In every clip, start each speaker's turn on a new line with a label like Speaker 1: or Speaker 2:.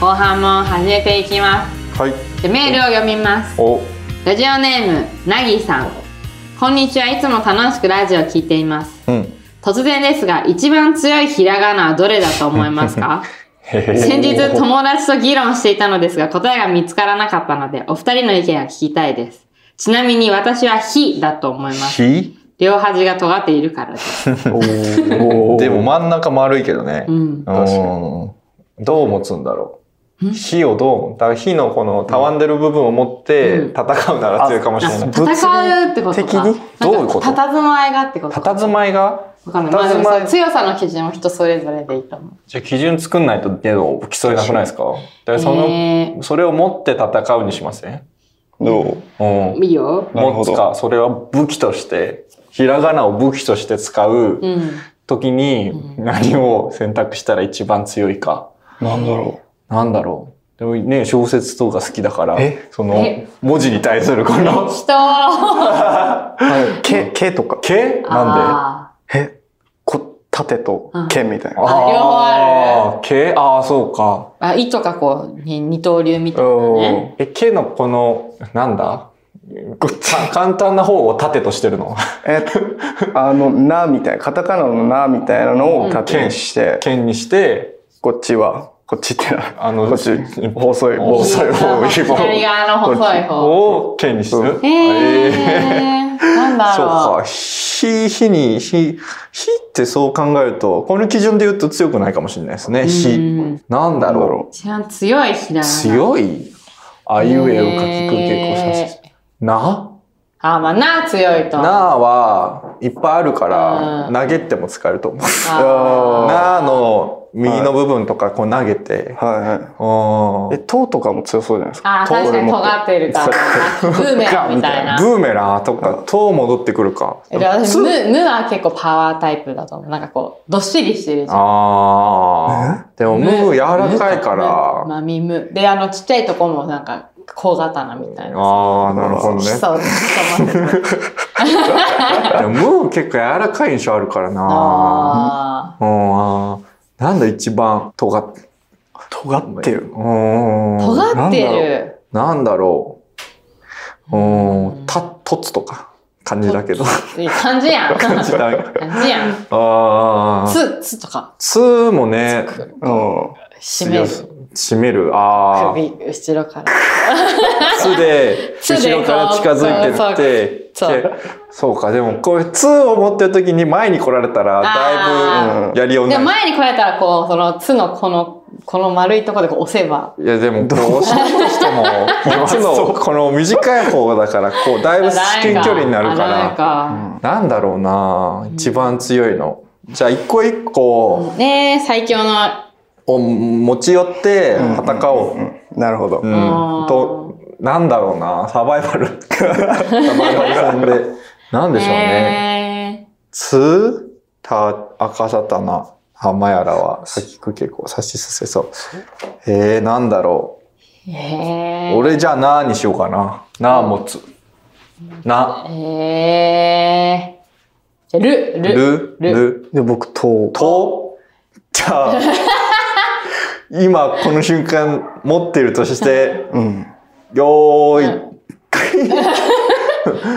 Speaker 1: 後半も始めていきま
Speaker 2: はい
Speaker 1: すでメールを読みます
Speaker 2: お
Speaker 1: ラジオネームなぎさんこんにちはいつも楽しくラジオ聞いています
Speaker 2: うん
Speaker 1: 突然ですが一番強いひらがなはどれだと思いま すか
Speaker 2: へへ
Speaker 1: 先日友達と議論していたのですが答えが見つからなかったのでお二人の意見が聞きたいですちなみに私は「ひ」だと思います
Speaker 2: ひ
Speaker 1: 両端が尖っているからです、
Speaker 3: おー
Speaker 2: でも真ん中丸いけどね
Speaker 1: う。ん、
Speaker 3: 確かに
Speaker 2: うんどう持つんだろ
Speaker 1: ん
Speaker 2: う。火をどうだから火のこのたわんでる部分を持って
Speaker 1: うん
Speaker 2: 戦うなら強いかもしれない。
Speaker 3: 物理
Speaker 1: 戦うってことか
Speaker 3: 的に
Speaker 1: なん
Speaker 2: どういうこと
Speaker 1: たたずまいがってこと
Speaker 2: 佇まいが
Speaker 1: わかんない。まあで
Speaker 2: 佇
Speaker 1: も
Speaker 2: まい
Speaker 1: そう強さの基準も人それぞれでいいと思う。
Speaker 3: じゃあ基準作んないとでも競いなくないですかだからその、
Speaker 1: え
Speaker 3: それを持って戦うにしません、
Speaker 4: どう
Speaker 3: うん
Speaker 1: ー、いいよ。
Speaker 4: なるほ
Speaker 3: 持
Speaker 4: ど
Speaker 3: つか、それは武器として、ひらがなを武器として使う
Speaker 1: うん。
Speaker 3: 時に何を選択したら一番強いか。
Speaker 4: なんだろ
Speaker 3: なんだろう。でもね、小説とか好きだから
Speaker 4: え、
Speaker 3: その
Speaker 1: え
Speaker 3: 文字に対するこの、
Speaker 1: 人を。
Speaker 4: う。け、けとか。
Speaker 3: けなんで
Speaker 1: あ
Speaker 4: え、こ、縦と剣みたいな。
Speaker 1: あ両方あ
Speaker 3: る。けああ、そうか。
Speaker 1: ーあ、いとかこう、に二刀流みたいなね。
Speaker 4: お
Speaker 3: え、けのこの、なんだ
Speaker 4: こっち。
Speaker 3: か簡単な方を縦としてるの。
Speaker 4: えっと、あの、なみたいな、カタカナのなみたいなのを縦にして、
Speaker 3: 剣にして、
Speaker 4: こっちは、こっちってな、
Speaker 3: あの
Speaker 4: こっち、細い、細い方を 言う
Speaker 1: 左側の細い方。
Speaker 3: を剣にする。
Speaker 1: ええー。なんだ
Speaker 3: そう
Speaker 1: ろ
Speaker 3: か。ひ、ひに、ひ、ひってそう考えると、この基準で言うと強くないかもしれないですね。
Speaker 1: う。
Speaker 3: ひ。
Speaker 1: うん。
Speaker 3: なんだ
Speaker 4: なんだ
Speaker 3: ろ
Speaker 4: ろ
Speaker 1: 一番強いひら
Speaker 3: う。
Speaker 1: がな。
Speaker 3: 強いあいうえを書きくけこさせな
Speaker 1: あ、まあ、な、強いと。
Speaker 3: なあはいっぱいあるから
Speaker 1: う、ん
Speaker 3: 投げても使えると思う。
Speaker 1: あー。
Speaker 3: なあの右の部分とかこう投げて
Speaker 4: う。。は
Speaker 3: うん
Speaker 4: いはい。え、とうとかも強そうじゃないですか。
Speaker 1: あー、確かに尖ってるから。ブーメランみた いな。
Speaker 3: ブーメランとか、と戻ってくるか。
Speaker 1: えで私、
Speaker 3: つ
Speaker 1: ぬ、ぬは結構パワータイプだと思う。なんかこう、どっしりしてるじゃん。
Speaker 3: ああ。でも、ムー柔らかいから。
Speaker 1: まみむ。で、あの、ちっちゃいとこもなんか、小刀みたいな。
Speaker 3: ああ、なるほどね。
Speaker 1: そう、ちょっと待って。
Speaker 3: でもムー結構柔らかい印象あるからな。
Speaker 1: あ
Speaker 3: うん、あーなんだ一番尖って。
Speaker 4: 尖ってる。
Speaker 3: うん。
Speaker 1: ー。尖ってる。
Speaker 3: なんだろう。うん、た、とつとか、感じだけど。
Speaker 1: いい感じやん。感
Speaker 3: 感じ だ。
Speaker 1: じやん。
Speaker 3: ああ。
Speaker 1: つ、つとか、
Speaker 3: つもね、
Speaker 4: うん。
Speaker 1: 締める。
Speaker 3: 締める。ああ。
Speaker 1: 首、後ろから。
Speaker 3: つ で、
Speaker 1: つ
Speaker 3: 後
Speaker 1: でこう
Speaker 3: ろから近づいてって、
Speaker 1: そうそう
Speaker 3: けそうか、でもこう、つを持ってる時に前に来られたら、だい
Speaker 1: あ
Speaker 3: ぶやりように
Speaker 1: でも
Speaker 3: なる。
Speaker 1: 前に来られたら、こう、その、つのこの、この丸いとこでこう押せば。
Speaker 3: いや、でも、どうして も、つの、この短い方だから、こう、だいぶ至近距離になるか
Speaker 1: なん
Speaker 3: ら、
Speaker 1: か。
Speaker 3: なんだろうな一番強いの。じゃあ、一個一個
Speaker 1: ねえ、最強の。
Speaker 3: を持ち寄って戦おう。
Speaker 4: なるほど。
Speaker 3: うん
Speaker 1: うん
Speaker 3: と、なんだろうなサバイバ ル。サバイバル戦で。なんでしょうね。
Speaker 1: ねえ。
Speaker 3: つ、た、赤さたな、浜やらは、さきくけこ、さしすせそう。えー、なんだろう。
Speaker 1: へー
Speaker 3: 俺じゃあなーにしようかな。なー持つ。な、
Speaker 1: へーじゃある、る。
Speaker 3: る、る、
Speaker 4: で、僕、とう。
Speaker 3: と、じ ゃあ、今この瞬間持ってると して、
Speaker 4: うん。
Speaker 3: よ
Speaker 1: う
Speaker 3: ー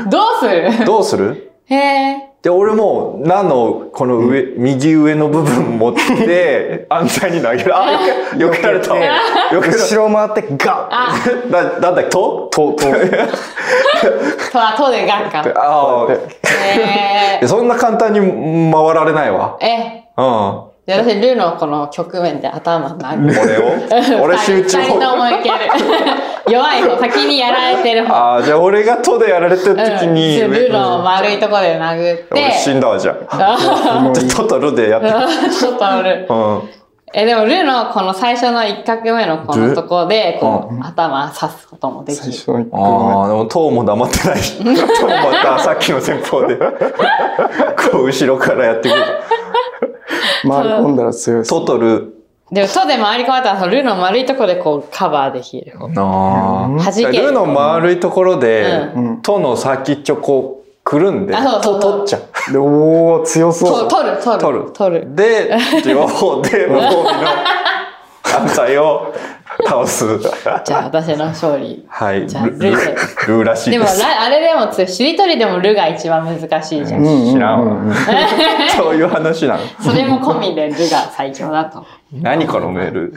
Speaker 1: どうす
Speaker 3: い、
Speaker 1: る
Speaker 3: どうする
Speaker 1: へー
Speaker 3: で、俺も、なの、この上、右上の部分持って、 安泰に投げる。あ、よけられた。
Speaker 4: 避
Speaker 3: よけられ
Speaker 4: 後ろ回って、ガッ
Speaker 1: あ、
Speaker 3: た。な、なんだっけ、と
Speaker 4: とう、とう。
Speaker 1: とはとでがっか。
Speaker 3: ああ、
Speaker 1: へ
Speaker 3: いやそんな簡単に回られないわ。
Speaker 1: ーえ、
Speaker 3: うん。
Speaker 1: じゃあ私、るのこの局面で頭投げる。
Speaker 3: 俺を 俺集中
Speaker 1: 二人ともいける。 弱い方、先にやられてる方。
Speaker 3: ああ、じゃあ俺がとでやられて
Speaker 1: う
Speaker 3: る
Speaker 1: ん
Speaker 3: 時に、
Speaker 1: ル
Speaker 3: 上
Speaker 1: ーの丸いとこで殴って。
Speaker 3: 俺死んだわ、じゃあ。じゃあ、ととるでやって。
Speaker 1: ちょっとおる。
Speaker 3: うん。
Speaker 1: え、でも、ルーのこの最初の一画目のこのとこで、こ
Speaker 3: う
Speaker 1: う、頭刺すこともでき
Speaker 4: 最
Speaker 1: る。
Speaker 4: 初の一個
Speaker 3: ああ、でも、とうも黙って ない。とうまたさっきの戦法で、こう後ろからやってくる。
Speaker 4: 目回り込んだら強いです。
Speaker 3: ととる。
Speaker 1: でも、とで回り込まれたら、そのルーの丸いところでこうカバーできる。
Speaker 3: な
Speaker 1: 弾ける
Speaker 3: ルの丸いところで
Speaker 1: う、
Speaker 3: との先っちょこう、くるんで、
Speaker 1: あそうそ
Speaker 3: と
Speaker 1: うそう
Speaker 3: 取っちゃう。
Speaker 4: で、おー、強そう
Speaker 1: と。 取る、取る。
Speaker 3: 取る。
Speaker 1: 取る。
Speaker 3: で、両方で、無防備の反対を倒す。
Speaker 1: じゃあ私の勝利。
Speaker 3: はい。ル
Speaker 1: じゃあ
Speaker 3: ル
Speaker 1: ル
Speaker 3: ルーらしい
Speaker 1: でも、
Speaker 3: です。
Speaker 1: らあれでもつ、しりとりでもルが一番難しいじゃん。
Speaker 3: 知らんわ。 そういう話なの。
Speaker 1: それも込みでルが最強だと。
Speaker 3: 何このメ ール。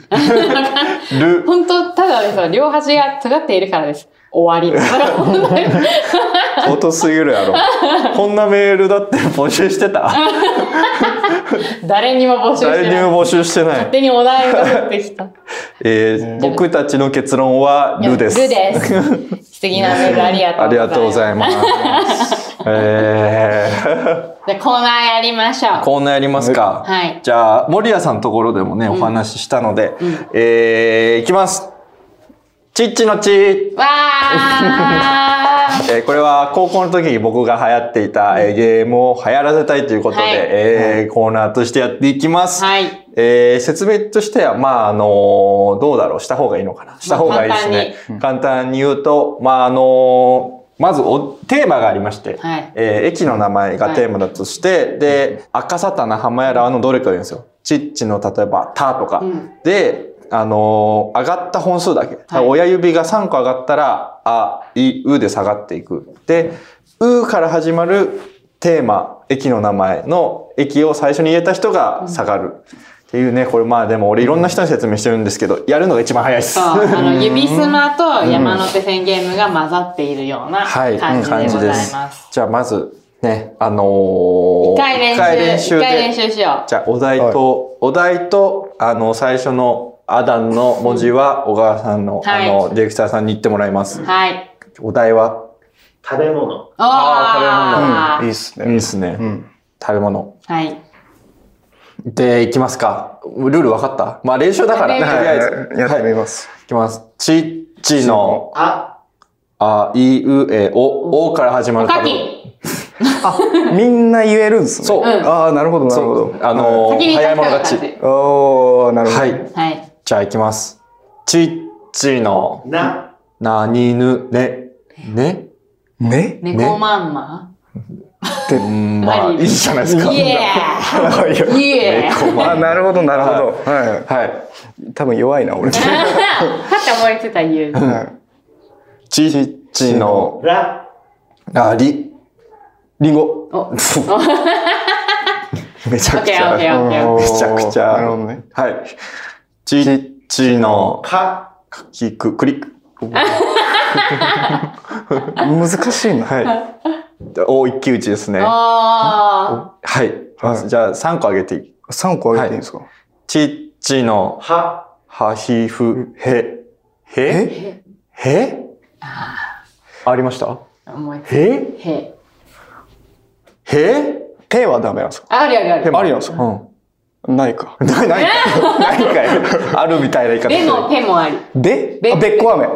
Speaker 3: ル、
Speaker 1: 本当ただでさ、両端が尖っているからです。終わり。 それ本当に
Speaker 3: 音すぎるやろ。こんなメールだって募集してた。
Speaker 1: 誰にも募集し
Speaker 3: 誰
Speaker 1: て
Speaker 3: に
Speaker 1: ない。
Speaker 3: も募集してな い
Speaker 1: 勝。手にお題が降ってきた。
Speaker 3: えー僕たちの結論はルです。
Speaker 1: ル です。素敵なメールありがとうございます。
Speaker 3: ありがとうござい ます。え
Speaker 1: で、コーナーやりましょう。
Speaker 3: ー、コーナーやりますか。
Speaker 1: はい
Speaker 3: じゃあ、森谷さんのところでもね、お話ししたので、えー、いきます。チッチのチー。
Speaker 1: わー
Speaker 3: えーこれは高校の時に僕が流行っていた、えーゲームを流行らせたいということで、
Speaker 1: はい
Speaker 3: えーコーナーとしてやっていきます。
Speaker 1: はい。
Speaker 3: えー説明としては、まあ、あのどうだろう、した方がいいのかな。した方がいいですね。簡単に言うと、まあ、あのまずお、テーマがありまして、
Speaker 1: はい
Speaker 3: えー駅の名前がテーマだとして、で、赤サタナ、浜やらのどれか言うんですよ。チッチの、例えば、タとか。
Speaker 1: うん
Speaker 3: で、あの上がった本数だけ。
Speaker 1: はい
Speaker 3: 親指が3個上がったら、あ、い、うで下がっていく。で、うから始まるテーマ、駅の名前の駅を最初に言えた人が下がる。っていうね、これまあでも俺いろんな人に説明してるんですけど、やるのが一番早いです。
Speaker 1: そう、あの、指すまと山手線ゲームが混ざっているような
Speaker 3: はい、
Speaker 1: 感じで
Speaker 3: 感
Speaker 1: ご
Speaker 3: じ
Speaker 1: ざい
Speaker 3: で
Speaker 1: ます。。
Speaker 3: じゃあまず、ね、あの
Speaker 1: 一
Speaker 3: ー、
Speaker 1: 回練習。一
Speaker 3: 一回
Speaker 1: 回
Speaker 3: 練
Speaker 1: 練
Speaker 3: 習で。
Speaker 1: 習しよ
Speaker 3: じゃあお題と、お題と、あの、最初のアダンの文字は小川さんの、
Speaker 1: はい
Speaker 3: あの、ディレクターさんに言ってもらいます
Speaker 1: う。。はい。
Speaker 3: お題は
Speaker 5: 食べ物。
Speaker 1: おー
Speaker 4: あーいいっす
Speaker 3: いい
Speaker 4: ね。
Speaker 3: ですね、食べ物。
Speaker 1: はい。
Speaker 3: で、いきますか。ルール分かったまあ練習だか
Speaker 1: 練
Speaker 3: ら、
Speaker 1: 習
Speaker 3: と
Speaker 4: は
Speaker 3: り
Speaker 4: い
Speaker 3: あえず。
Speaker 4: はいやってみます。
Speaker 3: いきます。ちっちの、
Speaker 5: あ、
Speaker 3: あ、い、う、え、お、おから始ま
Speaker 1: お
Speaker 3: る
Speaker 1: か
Speaker 3: 食べ物。
Speaker 1: き。
Speaker 4: みんな言えるんですね。
Speaker 3: そう
Speaker 4: ああ、なるほど、なるほど。
Speaker 3: あのー
Speaker 1: 先に
Speaker 3: 早い
Speaker 1: 言っ
Speaker 3: 者
Speaker 1: た
Speaker 3: 勝
Speaker 1: 感
Speaker 3: ち。
Speaker 1: じ。
Speaker 4: おー、なるほど。
Speaker 3: はい。
Speaker 1: はい。
Speaker 3: じゃあいきます。ちっちの、
Speaker 5: な、
Speaker 3: なにぬ、ね、ね。
Speaker 4: ね
Speaker 1: 猫まんま。
Speaker 3: うんまあ、
Speaker 1: あ
Speaker 3: い
Speaker 1: り
Speaker 3: いじ ゃないですか。
Speaker 1: イエーイエーイ
Speaker 4: あなるほど、なるほど。は。
Speaker 3: はい
Speaker 4: 多分弱いな、俺。
Speaker 1: パッて思いついたら言う。
Speaker 3: い。ちっちの、
Speaker 5: ら、
Speaker 3: あ、り、りんご。
Speaker 1: お、
Speaker 3: めちゃくちゃ。
Speaker 1: オッケーオッケーオッ
Speaker 3: めちゃくちゃ。
Speaker 4: なるほどね。
Speaker 3: はい。ちっちの、
Speaker 5: か、
Speaker 3: かきく、クリック。
Speaker 4: 難しいな。
Speaker 3: はい。お、一騎打ちですね。は
Speaker 1: あ
Speaker 3: い。
Speaker 4: はい
Speaker 3: じゃあ、3個あげていい。
Speaker 4: 3個あげていいんですか
Speaker 3: ちっちの、
Speaker 5: は、
Speaker 3: はひふ、へ、へへありました
Speaker 1: ー。思いつい
Speaker 3: へ
Speaker 1: た。へ。
Speaker 3: へ
Speaker 4: 手はダメなんですか
Speaker 1: あるあるある。
Speaker 4: ありなんですか
Speaker 3: う
Speaker 4: ないか。
Speaker 3: ん。ない、ないか。ないかよ。 あるみたいな言い方
Speaker 1: でも、
Speaker 3: して。
Speaker 1: ペもあり。
Speaker 4: で、
Speaker 1: べ
Speaker 4: あべっこ飴。
Speaker 1: お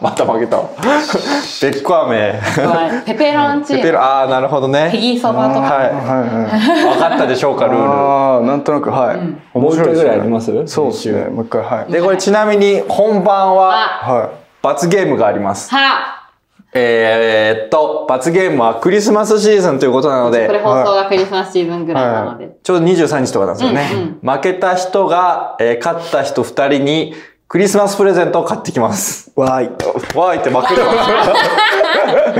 Speaker 3: また負け た。べっこ飴。
Speaker 1: ー。ペペロンチ
Speaker 3: ペペ
Speaker 1: ーノ。
Speaker 3: ロ、ああ、なるほど
Speaker 1: ペ
Speaker 3: ね。
Speaker 1: ギーそばとか。
Speaker 3: は
Speaker 4: はいはい。
Speaker 3: い。わかったでしょうか、ルール。
Speaker 4: ああ、なんとなく、はい。
Speaker 3: もう一回
Speaker 4: で
Speaker 3: ぐ
Speaker 4: すね
Speaker 3: らいあります
Speaker 4: そうですね。もう一回、はい。
Speaker 3: で、これちなみに本番は
Speaker 1: あ、
Speaker 4: は
Speaker 3: 罰ゲームがあります。
Speaker 1: は
Speaker 3: えー、っと、罰ゲームはクリスマスシーズンということなの
Speaker 1: これ
Speaker 3: で、
Speaker 1: 放送がクリスマスシーズンぐらいなので。
Speaker 3: ちょうど23日とかなんですよね。負けた人が、えー勝った人2人にクリスマスプレゼントを買ってきます。
Speaker 4: い。わーい。
Speaker 3: わーいって負け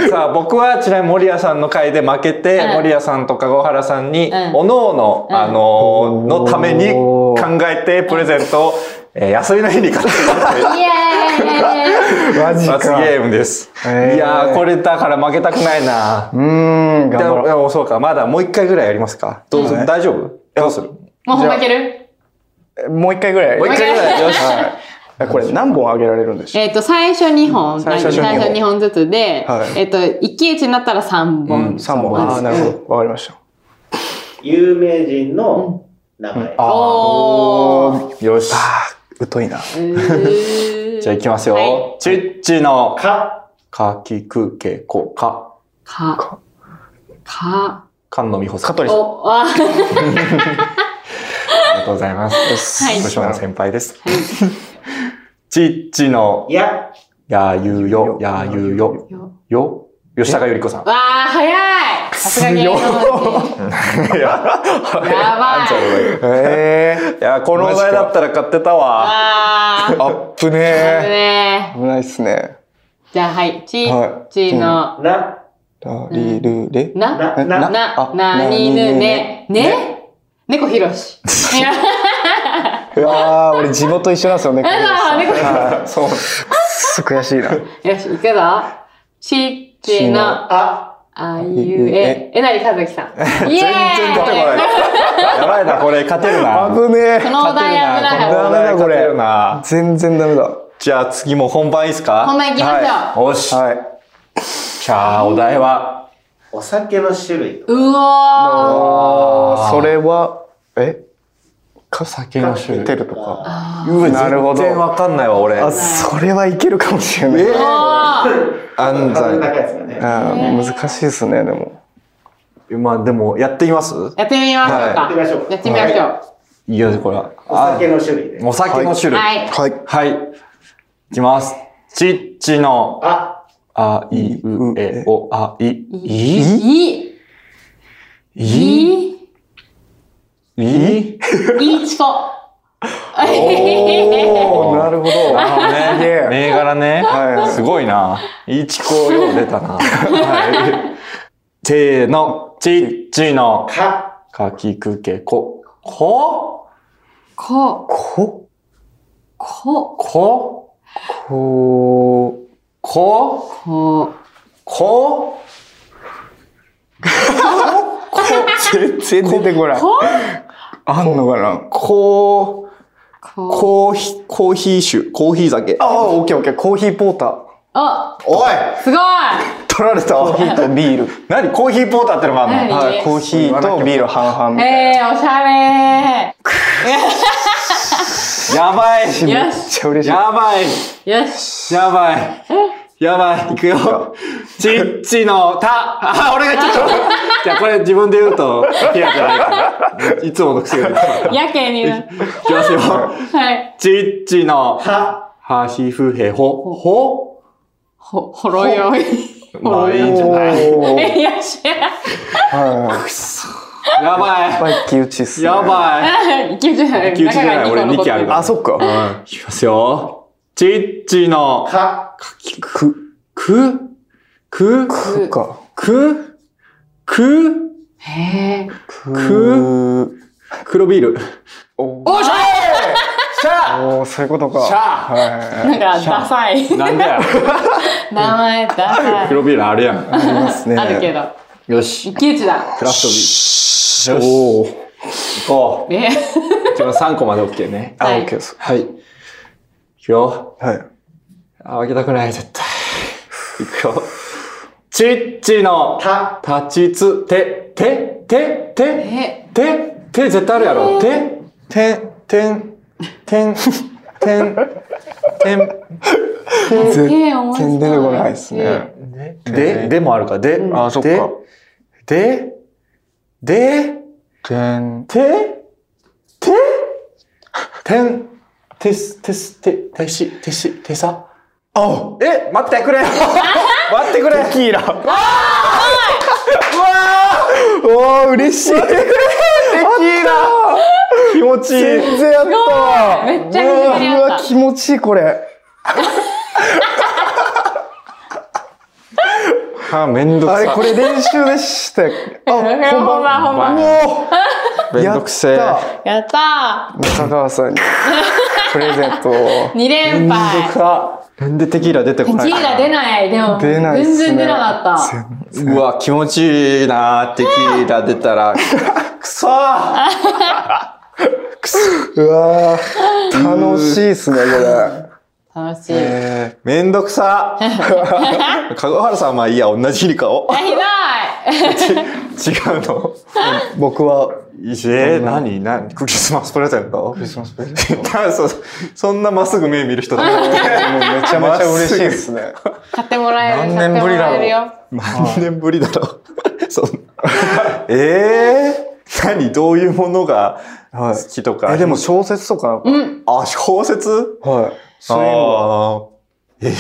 Speaker 3: る。 さあ、僕はちなみに森谷さんの回で負けて、
Speaker 1: うん
Speaker 3: 森谷さんとか小原さんに、
Speaker 1: うん
Speaker 3: おのおの、
Speaker 1: うん
Speaker 3: あのーのために考えてプレゼントを、えー休みの日に買ってきます。
Speaker 1: イ エーイ
Speaker 4: マジか。
Speaker 3: 罰ゲームです。
Speaker 4: へー
Speaker 3: いやー、これだから負けたくないな。
Speaker 4: うーん、
Speaker 3: で
Speaker 4: 頑張ろう。
Speaker 3: も、そうか、まだもう一回ぐらいやりますか。どうする、
Speaker 4: うん
Speaker 3: 大丈夫どうするも
Speaker 1: もうほんまいける
Speaker 4: えもう一回ぐらい。
Speaker 3: う一回ぐらい、よし。
Speaker 4: はい。これ何本あげられるんでしょ
Speaker 1: えっと、最初2本、
Speaker 4: 最
Speaker 1: 最
Speaker 4: 初
Speaker 1: 初
Speaker 4: 二
Speaker 1: 2
Speaker 4: 本
Speaker 1: 本ずつで
Speaker 4: は、い
Speaker 1: えっと、一騎打ちになったら3
Speaker 3: うん
Speaker 1: 本。
Speaker 4: 三本。ああ、なるほど。わかりました。
Speaker 5: 有名人の名前。
Speaker 1: おー。
Speaker 3: よし。
Speaker 4: 疎いな。
Speaker 3: じゃあ行きますよ。
Speaker 1: はい
Speaker 3: ちっちの、
Speaker 5: か、
Speaker 3: かきくけこ、か、
Speaker 1: か、か、
Speaker 3: 菅野美穂さん。
Speaker 4: 香取さん
Speaker 1: お、あ、
Speaker 3: ありがとうございます。
Speaker 1: はい
Speaker 3: 部署の先輩です。ちっちの、
Speaker 5: や、
Speaker 3: やゆよ、やゆよ、
Speaker 1: よ
Speaker 3: よ、吉高由里子さん。
Speaker 1: わー、早いさすが芸能人。 やばい。
Speaker 4: ええ
Speaker 3: い や、このお題だったら買ってたわ。
Speaker 1: あー。
Speaker 4: アップね
Speaker 1: あぶね
Speaker 4: え危ないっすね
Speaker 1: ーじゃあ、はい。ち
Speaker 4: は、い
Speaker 1: ちの、
Speaker 5: な、
Speaker 4: ラリルレ
Speaker 1: な、
Speaker 5: な、な、
Speaker 1: な、
Speaker 4: あ
Speaker 1: なにぬね
Speaker 4: ね、
Speaker 1: ね、猫ひろし。いや
Speaker 4: うわー俺地元一緒なんですよね
Speaker 1: あー猫ひろ
Speaker 4: そうす悔しいな
Speaker 1: し。よし、行くぞ。ち、ちの、
Speaker 5: あ、
Speaker 1: あいうえ、えなりかずきさん。イエーイ
Speaker 3: 全然出てこない。やばいな、これ、勝てるな。
Speaker 4: 危ねえ
Speaker 1: このお題危ない
Speaker 3: このお題勝てるな。
Speaker 4: 全然ダメだ
Speaker 3: じゃあ次も本番いいっすか
Speaker 1: 本番行きましょう
Speaker 3: はいよし。
Speaker 4: は
Speaker 3: じゃあお題は、
Speaker 5: お酒の種類。
Speaker 1: うおー。
Speaker 4: いそれはえ
Speaker 3: か酒の種類。
Speaker 4: テルとか
Speaker 3: うわ
Speaker 4: なるほど
Speaker 3: 全然わかんないわ、俺。
Speaker 4: あそれはいけるかもしれない
Speaker 3: え
Speaker 1: おー
Speaker 3: 安
Speaker 5: 高い
Speaker 3: 西。
Speaker 5: やつがね。
Speaker 4: あー難しいですねでも
Speaker 3: まあでも、やってみます
Speaker 1: やってみましょう
Speaker 5: やってみ
Speaker 1: か。
Speaker 5: ましょう。
Speaker 1: やってみましょ
Speaker 5: はい。
Speaker 1: う。
Speaker 3: いや、これは。
Speaker 5: お酒の種類で
Speaker 3: あ。お酒の種類。。
Speaker 1: はいい。
Speaker 4: はい
Speaker 3: はい。いきます。ちっちの、
Speaker 5: あ、
Speaker 3: あいうえお、あい、
Speaker 1: い、
Speaker 3: い、い、
Speaker 1: い、
Speaker 3: い、
Speaker 1: いいちこ。
Speaker 4: おーなるほど
Speaker 3: あの
Speaker 4: すげ
Speaker 3: ね
Speaker 4: え、
Speaker 3: 銘柄ね。
Speaker 4: はい
Speaker 3: すごいな。いちこよう出た な。はい。せーの、ちっちの、
Speaker 5: か、
Speaker 3: かきくけこ。こ
Speaker 1: こ、
Speaker 4: こ
Speaker 1: こ、
Speaker 3: こ
Speaker 4: こ
Speaker 3: こ
Speaker 1: こ、
Speaker 3: こ
Speaker 4: 全然出てこない
Speaker 1: こ、
Speaker 4: あんのかな
Speaker 3: こ
Speaker 1: こ、
Speaker 3: コーヒー、コーヒー酒、コーヒー酒。
Speaker 4: ああ、オッケーオッケー。コーヒーポーター。
Speaker 1: あ、
Speaker 3: おい
Speaker 1: すごい
Speaker 4: 取られた。コーヒーとビール。
Speaker 3: 何コーヒーポーターってのがあんの
Speaker 1: 何
Speaker 4: はい、コーヒーとビール半々。
Speaker 1: えー、おしゃれ
Speaker 3: やばい
Speaker 1: ー
Speaker 4: めっ
Speaker 1: よし
Speaker 4: ちゃ嬉しい。
Speaker 3: やばい
Speaker 1: よし
Speaker 3: やばいやばいいくよちっちのたあ、俺がちょっとじゃあこれ自分で言うと、ピアじゃないから。いつもの癖が出てしまった。い
Speaker 1: やけにな。
Speaker 3: きますよ。
Speaker 1: はい。
Speaker 3: ちっちの、
Speaker 5: は、
Speaker 3: はひふへほ、ほ
Speaker 1: ほ、ほろよい。
Speaker 3: まあいいんじゃな い
Speaker 4: おー
Speaker 1: え、よし。
Speaker 4: は
Speaker 3: やば
Speaker 4: い。
Speaker 3: い
Speaker 4: バイキ打ちっすね。
Speaker 3: やばい
Speaker 1: いけるじゃない
Speaker 3: いけるじゃない俺二期ある
Speaker 4: あ、そっか。
Speaker 3: いきますよ。ちっちの、
Speaker 5: か、
Speaker 4: く、
Speaker 3: く、く、
Speaker 4: くか。
Speaker 3: く、く、
Speaker 1: へー。
Speaker 3: く黒ビール。
Speaker 4: お
Speaker 1: おしゃ
Speaker 3: しゃ
Speaker 4: おー、そういうことか。
Speaker 3: しゃ
Speaker 4: はい。
Speaker 1: なんか、ダサい。
Speaker 3: なんだよ。
Speaker 1: 名前、ダサい。
Speaker 3: 黒ビールあるやん。
Speaker 4: ありますね。
Speaker 1: あるけど。
Speaker 3: よし。
Speaker 1: 一騎打ちだ。
Speaker 3: クラフトビール。よし。おお。行こ
Speaker 1: え
Speaker 3: う。じゃあ3個まで OK ね。
Speaker 4: あ、
Speaker 1: はい
Speaker 4: オッケーです。
Speaker 3: はい。いくよ。
Speaker 4: はい。
Speaker 3: あ、負けたくない、絶対。いくよ。ちっちの、
Speaker 5: た、
Speaker 3: たちつ、て、て、て、て、
Speaker 1: え、
Speaker 3: て、て、絶対あるやろ。て、
Speaker 2: てん、てん、てん、てん、てん、
Speaker 1: 全
Speaker 4: 全然出てこないっすね。。
Speaker 3: で、でもあるか。で、
Speaker 4: あ、そっか。
Speaker 3: で、で、
Speaker 4: てん。
Speaker 3: て、て、てん、てす、てす、て、てし、てし、てさ。
Speaker 4: あ
Speaker 3: え、待ってく れ待ってくれ
Speaker 4: キーラ。わーおー、嬉 しい。テキーラ
Speaker 3: 気持ちいい。
Speaker 4: 全然やった
Speaker 1: めっちゃ久しぶりやった
Speaker 4: うわ気持ちいいこれ
Speaker 3: あ、めんど
Speaker 4: あれこれ練習でしたよあ
Speaker 1: これ
Speaker 4: 本
Speaker 1: 本番
Speaker 4: 番
Speaker 1: 本番。
Speaker 3: めんどくせえ
Speaker 4: やった
Speaker 1: やった
Speaker 4: 中川さん にプレゼントを
Speaker 1: ー !2 連敗
Speaker 3: さ、なんでテキーラ出てこな
Speaker 1: 1
Speaker 3: い
Speaker 1: 位が出ない。でも、
Speaker 4: 出ないっす
Speaker 1: 全然
Speaker 4: ね
Speaker 1: 出なかっ
Speaker 3: うわ、気持ちいいなテキーラ出たら。 くそー
Speaker 4: うわー楽しいっすねこれ
Speaker 1: た。楽しい。え
Speaker 3: めんどく さかごはるさんはまあいいや、同じに顔。
Speaker 1: ひどい
Speaker 3: 違うの。
Speaker 4: 僕は
Speaker 3: え、なになにクリスマスプレゼントクリスマスプレゼント そそんなまっすぐ目見る人だ。
Speaker 4: もうめちゃめちゃ嬉しいっすね
Speaker 1: 買ってもらえる。
Speaker 4: 何年ぶりだろ
Speaker 1: 買ってもらえ
Speaker 4: う
Speaker 1: るよ。
Speaker 3: 何年ぶりだろう。 そんな。えー、何どういうものが
Speaker 4: はい
Speaker 3: 好きとか。
Speaker 4: えでも、小説とか
Speaker 1: うん。
Speaker 3: あ、小説
Speaker 4: はいそういうの
Speaker 3: あーえ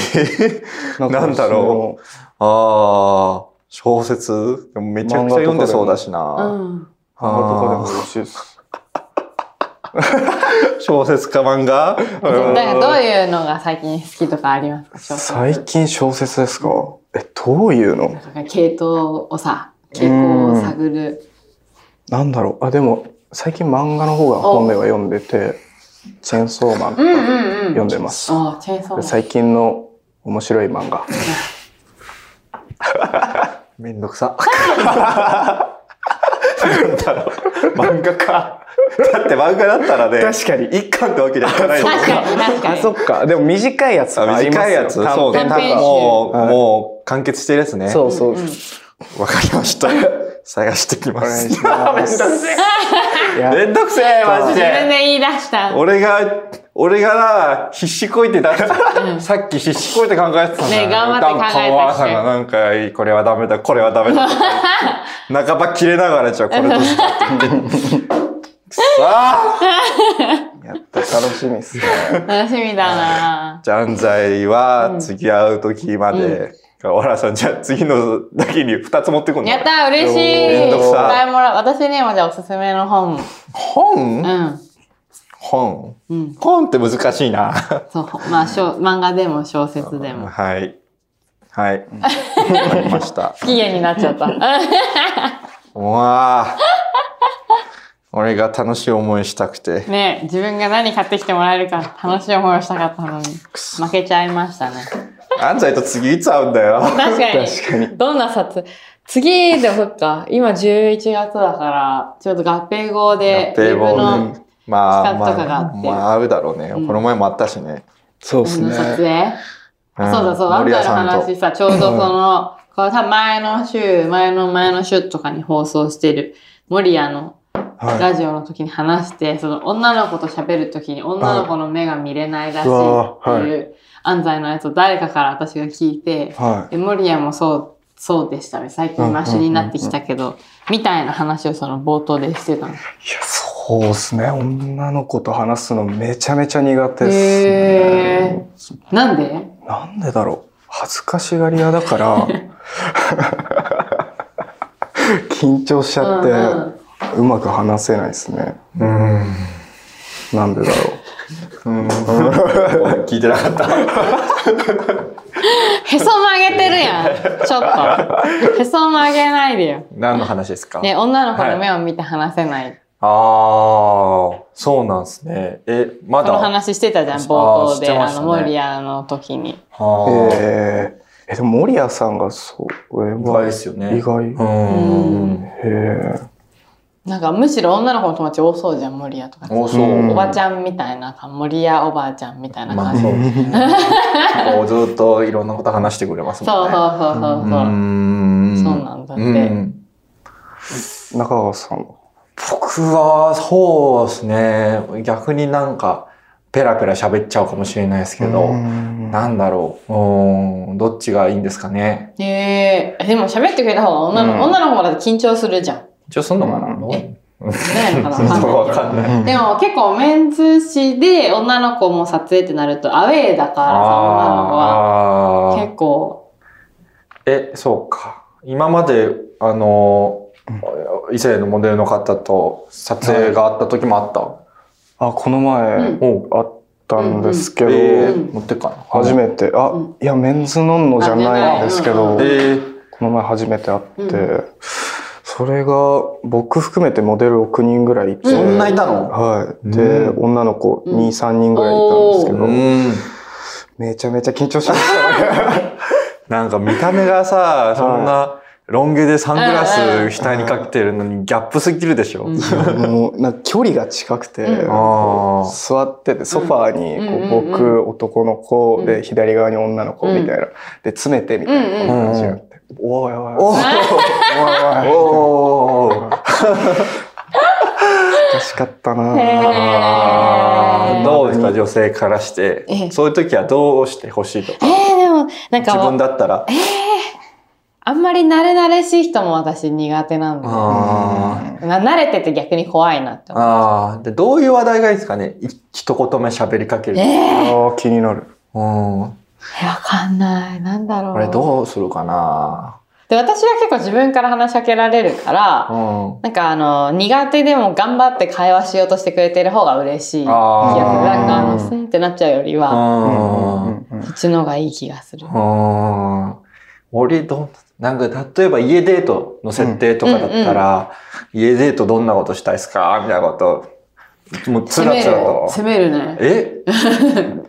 Speaker 3: ー、
Speaker 4: が
Speaker 3: なんだろう。ああ、小説でもめちゃくちゃ読んでそうだしな。
Speaker 1: ん。
Speaker 4: あのとかでも
Speaker 3: あ
Speaker 4: 嬉しいです。
Speaker 3: ー小説か漫画
Speaker 1: なんかどういうのが最近好きとかありますか小説
Speaker 4: 最近小説ですかえ、どういうの
Speaker 1: なんか系統をさ、傾向を探る。
Speaker 4: なんだろうあ、でも、最近漫画の方が本名は読んでて、チェーンソーマン
Speaker 1: うんうんうん。
Speaker 4: 読んでます。
Speaker 1: ああ、チェーンソーマン。
Speaker 4: 最近の面白い漫画。
Speaker 3: めんどく さ。なんだろう漫画か。だって漫画だったらね、
Speaker 4: 確かに
Speaker 3: 一巻ってわけにはいかない
Speaker 1: 確かに確か
Speaker 4: あ、
Speaker 1: に。
Speaker 4: そっか。でも短いやつとかありま
Speaker 3: 短
Speaker 4: す
Speaker 3: い
Speaker 4: よ
Speaker 3: やつ、そうね、
Speaker 1: 短編
Speaker 3: 多分
Speaker 1: 集
Speaker 3: もう、
Speaker 4: はい
Speaker 3: もう完結してるやつね。
Speaker 4: そうそう。
Speaker 1: うん
Speaker 3: わかりました。探してきま
Speaker 4: お願
Speaker 3: す
Speaker 4: い。します。いや
Speaker 3: めんどくせえ、マジ
Speaker 1: 自分
Speaker 3: で。
Speaker 1: で言い出した。ね
Speaker 3: 俺が、俺がな、必死こいてだ、さっき必死こいて考えてたんだよ
Speaker 1: ね頑張って考えたし
Speaker 3: なんかお母さんがなんか、これはダメだ、これは ダメだとか言って。半ば切れながら、じゃあこれどうしたって 言って。くそー
Speaker 4: やった楽しみですね。
Speaker 1: 楽しみだな
Speaker 3: じゃあ、安西は、次会う時まで。小原さん、じゃあ次のだけに2つ持ってくんの
Speaker 1: やったー嬉しい
Speaker 3: めんどくさ
Speaker 1: いっぱいもらう私にもじゃあおすすめの本。
Speaker 3: 本、
Speaker 1: うん。
Speaker 3: 本
Speaker 1: うん。
Speaker 3: 本って難しいな。
Speaker 1: そう。まあ、小漫画でも小説でも。
Speaker 3: はい。はい。わかりました。
Speaker 1: 不機嫌になっちゃった。
Speaker 3: うわあ。俺が楽しい思いしたくて。
Speaker 1: ねえ自分が何買ってきてもらえるか楽しい思いをしたかったのに、負けちゃいましたね。
Speaker 3: 安西と次いつ会うんだよ。
Speaker 1: 確かに。
Speaker 4: 確かに。
Speaker 1: どんな冊次でもそっか、今11月だから、ちょっと合併号で、
Speaker 3: 合併号
Speaker 1: ウェブの
Speaker 3: ねまあ、
Speaker 1: 企画とかがあ
Speaker 3: まあ、
Speaker 1: って
Speaker 3: まあ、会うだろうね。
Speaker 1: ん
Speaker 3: この前もあったしね。
Speaker 4: そうで
Speaker 1: あ
Speaker 4: す
Speaker 1: の
Speaker 4: ね。
Speaker 1: 撮影、
Speaker 3: ん
Speaker 1: そうだそう、アン
Speaker 3: 森
Speaker 1: ダ
Speaker 3: 谷
Speaker 1: ーの
Speaker 3: さん
Speaker 1: 話
Speaker 3: と。
Speaker 1: さ、ちょうどその、この多分前の週、前の前の週とかに放送してる、森谷の
Speaker 4: は
Speaker 1: ラジオの時に話して、その女の子と喋る時に女の子の目が見れないらしいっ
Speaker 4: うわ
Speaker 1: ていう安西のやつを誰かから私が聞いて
Speaker 4: い。、は
Speaker 1: で森谷もそう、そうでしたね。最近マシになってきたけど、みたいな話をその冒頭でしてたの。
Speaker 4: い。いや、そうですね。女の子と話すのめちゃめちゃ苦手ですね。
Speaker 1: へー。なんで
Speaker 4: なんでだろう恥ずかしがり屋だから 緊張しちゃって、
Speaker 1: う
Speaker 4: うんまく話せないですねなんでだろ
Speaker 3: 聞いてなか った。
Speaker 1: へそ曲げてる やん。ちょっと。へそ曲げないでよ。
Speaker 3: 何の話ですか
Speaker 1: ね、女の子の目を見て話せない。
Speaker 3: ああ、そうなんですね。え、ま
Speaker 1: その
Speaker 3: だ。
Speaker 1: 話してたじゃん、冒頭で。
Speaker 3: あーしてま
Speaker 1: あ
Speaker 3: した
Speaker 1: の、
Speaker 3: ね
Speaker 1: 森谷の時に。
Speaker 3: あー
Speaker 4: うえー、えでも森谷さんがそうえ
Speaker 3: 意外ですよね。
Speaker 4: 意外、
Speaker 3: う
Speaker 4: へ
Speaker 3: ん。
Speaker 4: え
Speaker 1: なんか、むしろ女の子の友達多そうじゃん、森谷とか。
Speaker 3: お、そう。
Speaker 4: うん
Speaker 1: おばちゃんみたいな、森谷おばあちゃんみたいな
Speaker 3: ま
Speaker 1: 感
Speaker 3: あ
Speaker 1: じ。
Speaker 3: そうですね。こうずっといろんなこと話してくれます
Speaker 1: そ
Speaker 3: も
Speaker 1: うん
Speaker 3: ね。
Speaker 1: そうそうそうそう。
Speaker 3: ん
Speaker 1: そうなんだって
Speaker 3: うん
Speaker 4: 中川さんは
Speaker 3: 僕はそうですね逆になんかペラペラ喋っちゃうかもしれないですけど、
Speaker 4: うん
Speaker 3: なんだろううーんどっちがいいんですかね
Speaker 1: ええでも喋ってくれた方が女の,、
Speaker 4: うん
Speaker 1: 女の子もだって緊張する じゃん。
Speaker 3: 一応すんのかな、
Speaker 1: えないのかな
Speaker 3: わかんない
Speaker 1: でも結構メンズ誌で女の子も撮影ってなるとアウェーだからさ、女の子は。
Speaker 3: あー
Speaker 1: 結構。
Speaker 3: えそうか今まであの異性のモデルの方と撮影があった時もあった、
Speaker 4: あこの前、
Speaker 1: うん
Speaker 3: おう
Speaker 4: あったんですけど、
Speaker 3: え
Speaker 1: うん
Speaker 3: ー、持ってっかな
Speaker 4: 初めてあ、
Speaker 1: うん
Speaker 4: いやメンズノンノじゃないんですけ
Speaker 1: あ
Speaker 4: ど、
Speaker 1: じゃない
Speaker 3: えー
Speaker 4: この前初めて会って、
Speaker 1: う
Speaker 4: それが僕含めてモデル6人ぐらいいて、
Speaker 3: そんないたの
Speaker 4: はい。で、
Speaker 3: う
Speaker 4: 女の子
Speaker 1: うん
Speaker 4: 2、3人ぐらいいたんですけど、
Speaker 3: ん
Speaker 4: めちゃめちゃ緊張しましたね。
Speaker 3: なんか見た目がさ、そんなロン毛でサングラス額にかけてるのにギャップすぎるでしょ。
Speaker 1: う ん
Speaker 4: もうなんか距離が近くて、
Speaker 1: うん
Speaker 4: こ
Speaker 3: あー
Speaker 4: う座っててソファーにこう、
Speaker 1: うんうんうん
Speaker 4: 僕男の子
Speaker 1: う
Speaker 4: で
Speaker 1: ん
Speaker 4: 左側に女の子みたいな、で詰めてみたいな感じがあって、おいおいおいおい
Speaker 3: おおー
Speaker 4: 難しかったな
Speaker 1: へー
Speaker 3: あ
Speaker 1: え
Speaker 3: ー
Speaker 1: ー
Speaker 3: どうですか女性からし
Speaker 1: ええ
Speaker 3: てそういう時はどうしてほしいと
Speaker 1: え
Speaker 3: か
Speaker 1: えでも、なん
Speaker 3: 自分
Speaker 1: か、
Speaker 3: だったら
Speaker 1: あんまり慣れ慣れしい人も私苦手なんだよ
Speaker 3: あー
Speaker 1: な慣れてて逆に怖いなって思う。
Speaker 3: あーでどういう話題がいいですかねい一言目喋りかける
Speaker 1: ええ
Speaker 4: あー気になる。
Speaker 3: うん
Speaker 1: わかんない。なんだろう。
Speaker 3: これどうするかな
Speaker 1: で、私は結構自分から話しかけられるから、
Speaker 3: うん。
Speaker 1: なんかあの、苦手でも頑張って会話しようとしてくれてる方が嬉しい。逆
Speaker 3: あー
Speaker 1: なんかあの、スンってなっちゃうよりは、
Speaker 3: うん。うん。
Speaker 1: こっちの方がいい気がする。
Speaker 3: うん。俺どん、なんか例えば家デートの設定とかだったら、家デートどんなことしたいですかみたいなこと、もうつ
Speaker 1: 攻
Speaker 3: ら
Speaker 1: め
Speaker 3: つ
Speaker 1: る
Speaker 3: らと。。
Speaker 1: 攻めるね。
Speaker 3: え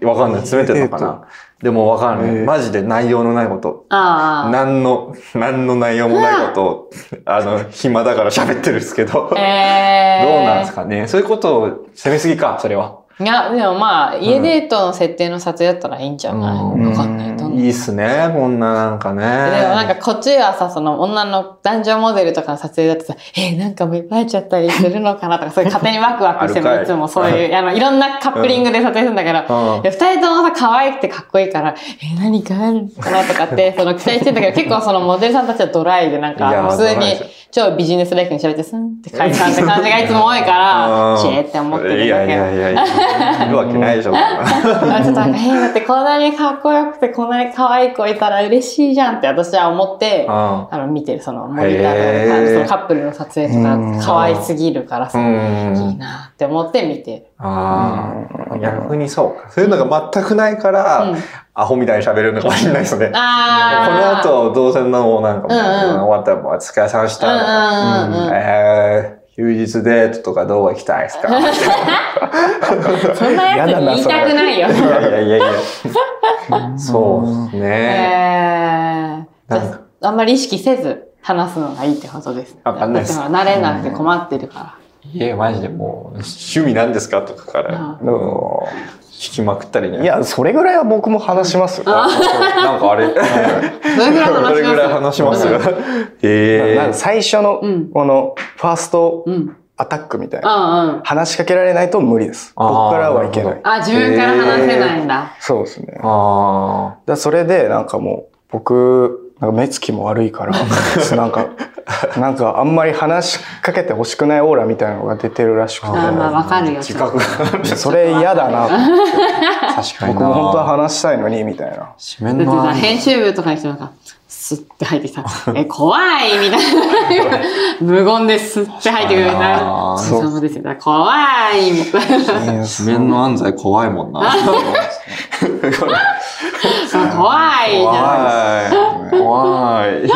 Speaker 3: わかんない。詰めてたのか
Speaker 4: え
Speaker 3: な。でもわかんない。
Speaker 4: えー
Speaker 3: マジで内容のないこと。
Speaker 1: ああ。
Speaker 3: 何の、何の内容もないことを、あの、暇だから喋ってるんですけど。
Speaker 1: えー、
Speaker 3: どうなんですかね。そういうことを責めすぎか、それは。
Speaker 1: いや、でもまあ、家デートの設定の撮影だったらいいんじゃない、
Speaker 3: うん
Speaker 1: わかんない。どん
Speaker 3: いいっすね、こんななんかね。でも
Speaker 1: でもなんかこっちはさ、その女の男女モデルとかの撮影だとさ、えーなんか芽生えちゃったりするのかなとか、そういう勝手にワクワクして
Speaker 3: ある
Speaker 1: も
Speaker 3: かい
Speaker 1: いつもそういう、あの、いろんなカップリングで撮影するんだけど、
Speaker 3: うん
Speaker 1: で二人ともさ、可愛くてかっこいいから、えー何かあるのかなとか って、その期待してんだけど、結構そのモデルさんたちはドライで、なん
Speaker 3: いや
Speaker 1: か、普
Speaker 3: ー
Speaker 1: 通
Speaker 3: ドライ
Speaker 1: に
Speaker 3: ですよ
Speaker 1: 超ビジネスライクに喋って、スンって解散って感じがいつも多いから、シェーって思ってるん
Speaker 3: い
Speaker 1: だ
Speaker 3: やい
Speaker 1: けど。
Speaker 3: やいやいや、いるわけないでし ょ。
Speaker 1: あちょっとなんか、えーだってこんなにかっこよくて、こんなに可愛い子いたら嬉しいじゃんって私は思って、
Speaker 3: うん
Speaker 1: あの、見てる、その、モニターとか
Speaker 3: へ
Speaker 1: で、
Speaker 3: ー
Speaker 1: そのカップルの撮影とか、可愛すぎるから
Speaker 3: う
Speaker 1: さ、いい
Speaker 3: ん。
Speaker 1: なって思って見てる。
Speaker 3: ああ、逆にそうか。そういうのが全くないから、
Speaker 1: うん
Speaker 3: アホみたいに喋れるのかもしれないですね。この
Speaker 1: あー。
Speaker 3: 後、どうせのなんかもう、
Speaker 1: うんうん
Speaker 3: 終わったらもう、お疲れさんしたとか。
Speaker 1: うんうんうんうん。
Speaker 3: えー、休日デートとかどう行きたいですか
Speaker 1: そんなやつに言いたくないよ。
Speaker 3: い やいやいやいや。そうです
Speaker 1: え
Speaker 3: ね。
Speaker 1: ーじゃ
Speaker 3: なんか
Speaker 1: ああんまり意識せず話すのがいいってことです。
Speaker 3: わかんないです
Speaker 1: 私は慣れなくて困ってるか
Speaker 3: いや、マジでもう、趣味なんですかとかから、
Speaker 4: うん
Speaker 3: 聞きまくったりね。
Speaker 4: いや、それぐらいは僕も話しますよ。
Speaker 3: なんかあれ、ど
Speaker 1: ら。どれぐらい話します
Speaker 3: れぐらい話しますえ
Speaker 4: なんか
Speaker 3: え。
Speaker 4: 最初の
Speaker 1: うん、
Speaker 4: この、ファースト
Speaker 1: うん。うん
Speaker 4: アタックみたいな。
Speaker 1: うん。
Speaker 4: 話しかけられないと無理です。
Speaker 3: あー
Speaker 4: 僕からはいけな
Speaker 3: なる
Speaker 4: い。
Speaker 1: あ、自分から話せないんだ。
Speaker 4: そうですね。だか
Speaker 3: あ
Speaker 4: らそれで、なんかもう、僕、なんか目つきも悪 いから、なんか、なんかあんまり話しかけてほしくないオーラみたいなのが出てるらしく
Speaker 1: あーまあ、わかるよ。
Speaker 3: あ。自覚が。
Speaker 4: て、それ嫌だなと思って、
Speaker 3: 確か
Speaker 4: 僕も本当は話したいのに、みたいな。
Speaker 3: 締め
Speaker 1: だってさ、
Speaker 3: の
Speaker 1: 編集部とかに人なんか、スッて入ってき た。え、怖いみたいな。無言でスッて入ってくるみたいな。
Speaker 3: あー
Speaker 1: そうそうですよ。だから怖い みたいな。
Speaker 3: 締めの安西怖いもんな。
Speaker 1: 怖いじゃ
Speaker 3: 怖い。怖い。う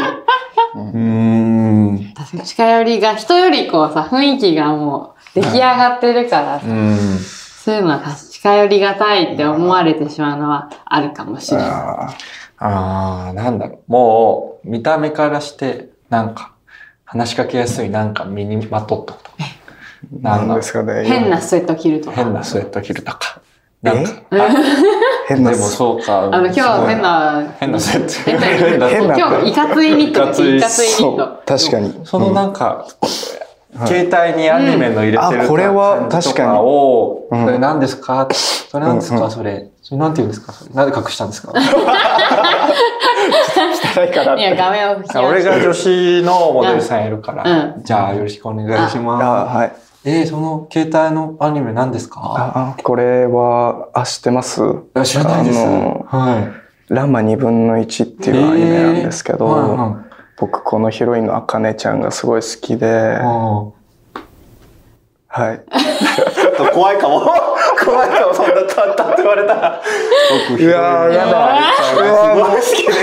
Speaker 3: ーん。
Speaker 1: ん。確かに近寄りが、人よりこうさ、雰囲気がもう出来上がってるからさ、
Speaker 3: うん。
Speaker 1: そういうのは近寄りがたいって思われてしまうのはあるかもしれない。
Speaker 4: あー
Speaker 3: ああ、なんだろう。もう、見た目からして、なんか、話しかけやすい、なんか身にまとったこと。な
Speaker 4: なんん
Speaker 3: だ
Speaker 4: ですかね。
Speaker 1: 変なスウェット着るとか。
Speaker 3: 変なスウェット着るとか。なんか、
Speaker 4: 変
Speaker 3: で
Speaker 4: な
Speaker 3: もそうか。
Speaker 1: あの、今日
Speaker 3: すごい
Speaker 1: 変。な、
Speaker 3: 変なスウェット。
Speaker 1: 変な
Speaker 4: 変な
Speaker 1: 今日、いかついニットです。
Speaker 3: い
Speaker 1: い
Speaker 3: か
Speaker 1: か
Speaker 3: つ
Speaker 1: つ
Speaker 3: い
Speaker 1: いニ
Speaker 4: そ
Speaker 1: ッ
Speaker 4: う
Speaker 1: ト。、
Speaker 4: 確かに。
Speaker 3: そのなんか、携帯にアニメの入れてる、
Speaker 4: うんあこれは確かに
Speaker 3: を、
Speaker 4: うん
Speaker 3: それ何ですかそれ何です
Speaker 4: うんう
Speaker 3: か
Speaker 4: ん
Speaker 3: それ。それ何て言うんですかそれなんで隠したんですか
Speaker 4: 汚いからっ
Speaker 1: いや、
Speaker 4: て。
Speaker 1: 画面を引き
Speaker 3: あ俺が女子のモデルさんいるから、
Speaker 1: う
Speaker 3: じゃあよろしくお願いし
Speaker 4: あ
Speaker 3: ます。
Speaker 4: はい。
Speaker 3: えー、その携帯のアニメ何ですか
Speaker 4: あ、あこれは、あ、知ってます
Speaker 3: あ知らないです。
Speaker 4: あの
Speaker 3: は
Speaker 4: ラマ2分の1っ
Speaker 3: い。
Speaker 4: ていうアニメなんですけど、
Speaker 3: えーはいはい
Speaker 4: 僕このヒロインのあかねちゃんがすごい好き
Speaker 3: う
Speaker 4: で、
Speaker 3: ん
Speaker 4: はい。
Speaker 3: ちょっと怖いかも。 怖いかも、そんなたったって言われたら。僕、
Speaker 4: うわー、やだ。うわ
Speaker 3: 好きで。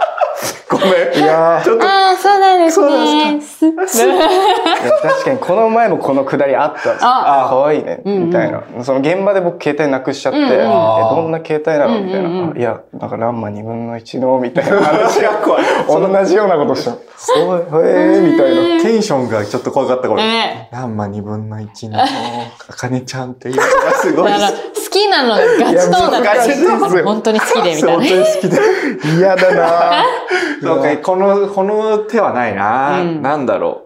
Speaker 3: ごめん。
Speaker 4: ー、いやー、
Speaker 1: ああ、そうなんですね。す
Speaker 4: いや確かにこの前もこのくだりあったんですよ。
Speaker 1: あ
Speaker 4: あ可愛いね、
Speaker 1: うんうん
Speaker 4: みたいな。その現場で僕携帯なくしちゃって、
Speaker 1: うんうん
Speaker 4: えどんな携帯なのみたいな、
Speaker 1: うんうんうん
Speaker 4: あいや、なんかランマ2分の1の、みたいな話が
Speaker 3: 怖い。
Speaker 4: 同じようなことしたの。そう、へえー、みたいな。
Speaker 3: テンションがちょっと怖かった、これ。
Speaker 1: ね
Speaker 3: ランマ2分の1の、 あかねちゃんっていうのがすごい
Speaker 1: だ。から、好きなのがガチそうだっ
Speaker 4: いや難
Speaker 1: た
Speaker 4: しいですよ
Speaker 1: 本当に好きで、みたい な。
Speaker 3: に好きで。
Speaker 4: 嫌だ なぁ。
Speaker 3: そうか、この、この手はないな、
Speaker 1: うん
Speaker 3: なんだろ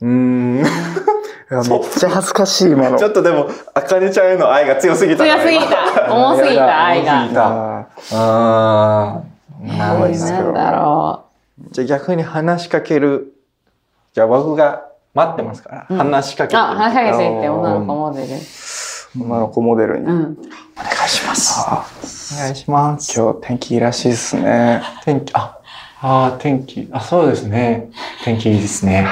Speaker 3: う。うーん。
Speaker 4: いやめっちゃ恥ずかしい、今 の。
Speaker 3: ちょっとでも、あかねちゃんへの愛が強すぎたな。
Speaker 1: 強すぎた。重すぎ
Speaker 3: やだ
Speaker 1: た、愛
Speaker 3: 重すぎ
Speaker 1: が。
Speaker 4: あ
Speaker 3: た。あーな
Speaker 1: な
Speaker 3: るほ
Speaker 1: ん
Speaker 3: ど
Speaker 1: だろ
Speaker 3: じゃあ逆に話しかける。じゃあ僕が待ってますから、話しかけ
Speaker 1: う。
Speaker 3: て。
Speaker 1: あ、話しかけてって女の子モデル。
Speaker 4: ー女の子モデルに。
Speaker 1: うん。
Speaker 3: お願いします。お願いします。
Speaker 4: 今日天気いいらしいですね。
Speaker 3: 天気、あ、
Speaker 2: ああ、天気。あ、そうですね。天気いいですね。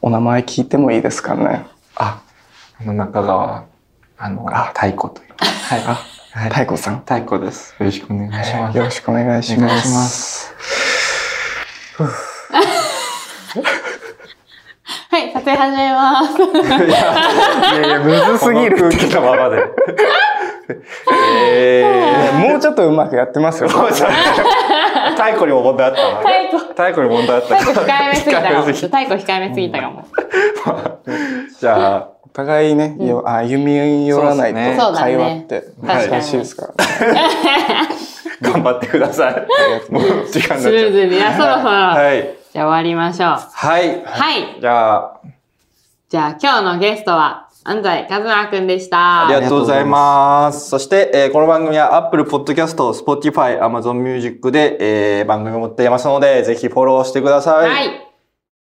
Speaker 4: お名前聞いてもいいですかね。
Speaker 2: あ、あの中川、あの、太鼓という。はい。あ、はい、
Speaker 4: 太鼓さん。
Speaker 2: 太鼓です。よろしくお願いします。
Speaker 4: よろしくお願いし
Speaker 2: お願
Speaker 4: ま
Speaker 2: いし
Speaker 4: す。
Speaker 2: ます。
Speaker 1: はい、撮影始めます。
Speaker 4: いやいや、むずすぎる。
Speaker 3: この空気のままで。え
Speaker 4: もうちょっとうまくやってますよ。
Speaker 3: ー。太鼓にも問題あったな。
Speaker 1: 太鼓。
Speaker 3: 太鼓に問題あった
Speaker 1: 太鼓控えめすぎたかも。
Speaker 3: 控えめ
Speaker 1: 太
Speaker 3: すぎ
Speaker 1: 鼓控えめすぎたかも。
Speaker 3: じゃあ、
Speaker 4: お互いね、よ歩み寄らない
Speaker 1: そう
Speaker 4: と
Speaker 1: だね
Speaker 4: 会話って難
Speaker 1: 確かに
Speaker 4: しいですから、ね。
Speaker 3: 頑張ってください。もう時
Speaker 1: ス
Speaker 3: 間になっ
Speaker 1: ム
Speaker 3: ちゃ
Speaker 1: ー
Speaker 3: う。
Speaker 1: ズに。いや、そろそろ。
Speaker 3: はい。
Speaker 1: じゃあ終わりましょう。
Speaker 3: はい。
Speaker 1: はい。
Speaker 3: じゃあ、
Speaker 1: じゃあ今日のゲストは、安西和馬くんでした。
Speaker 3: ありがとうございます。そして、えーこの番組は Apple Podcast、Spotify、Amazon Music で、えー番組を持っていますので、ぜひフォローしてください。
Speaker 1: はい。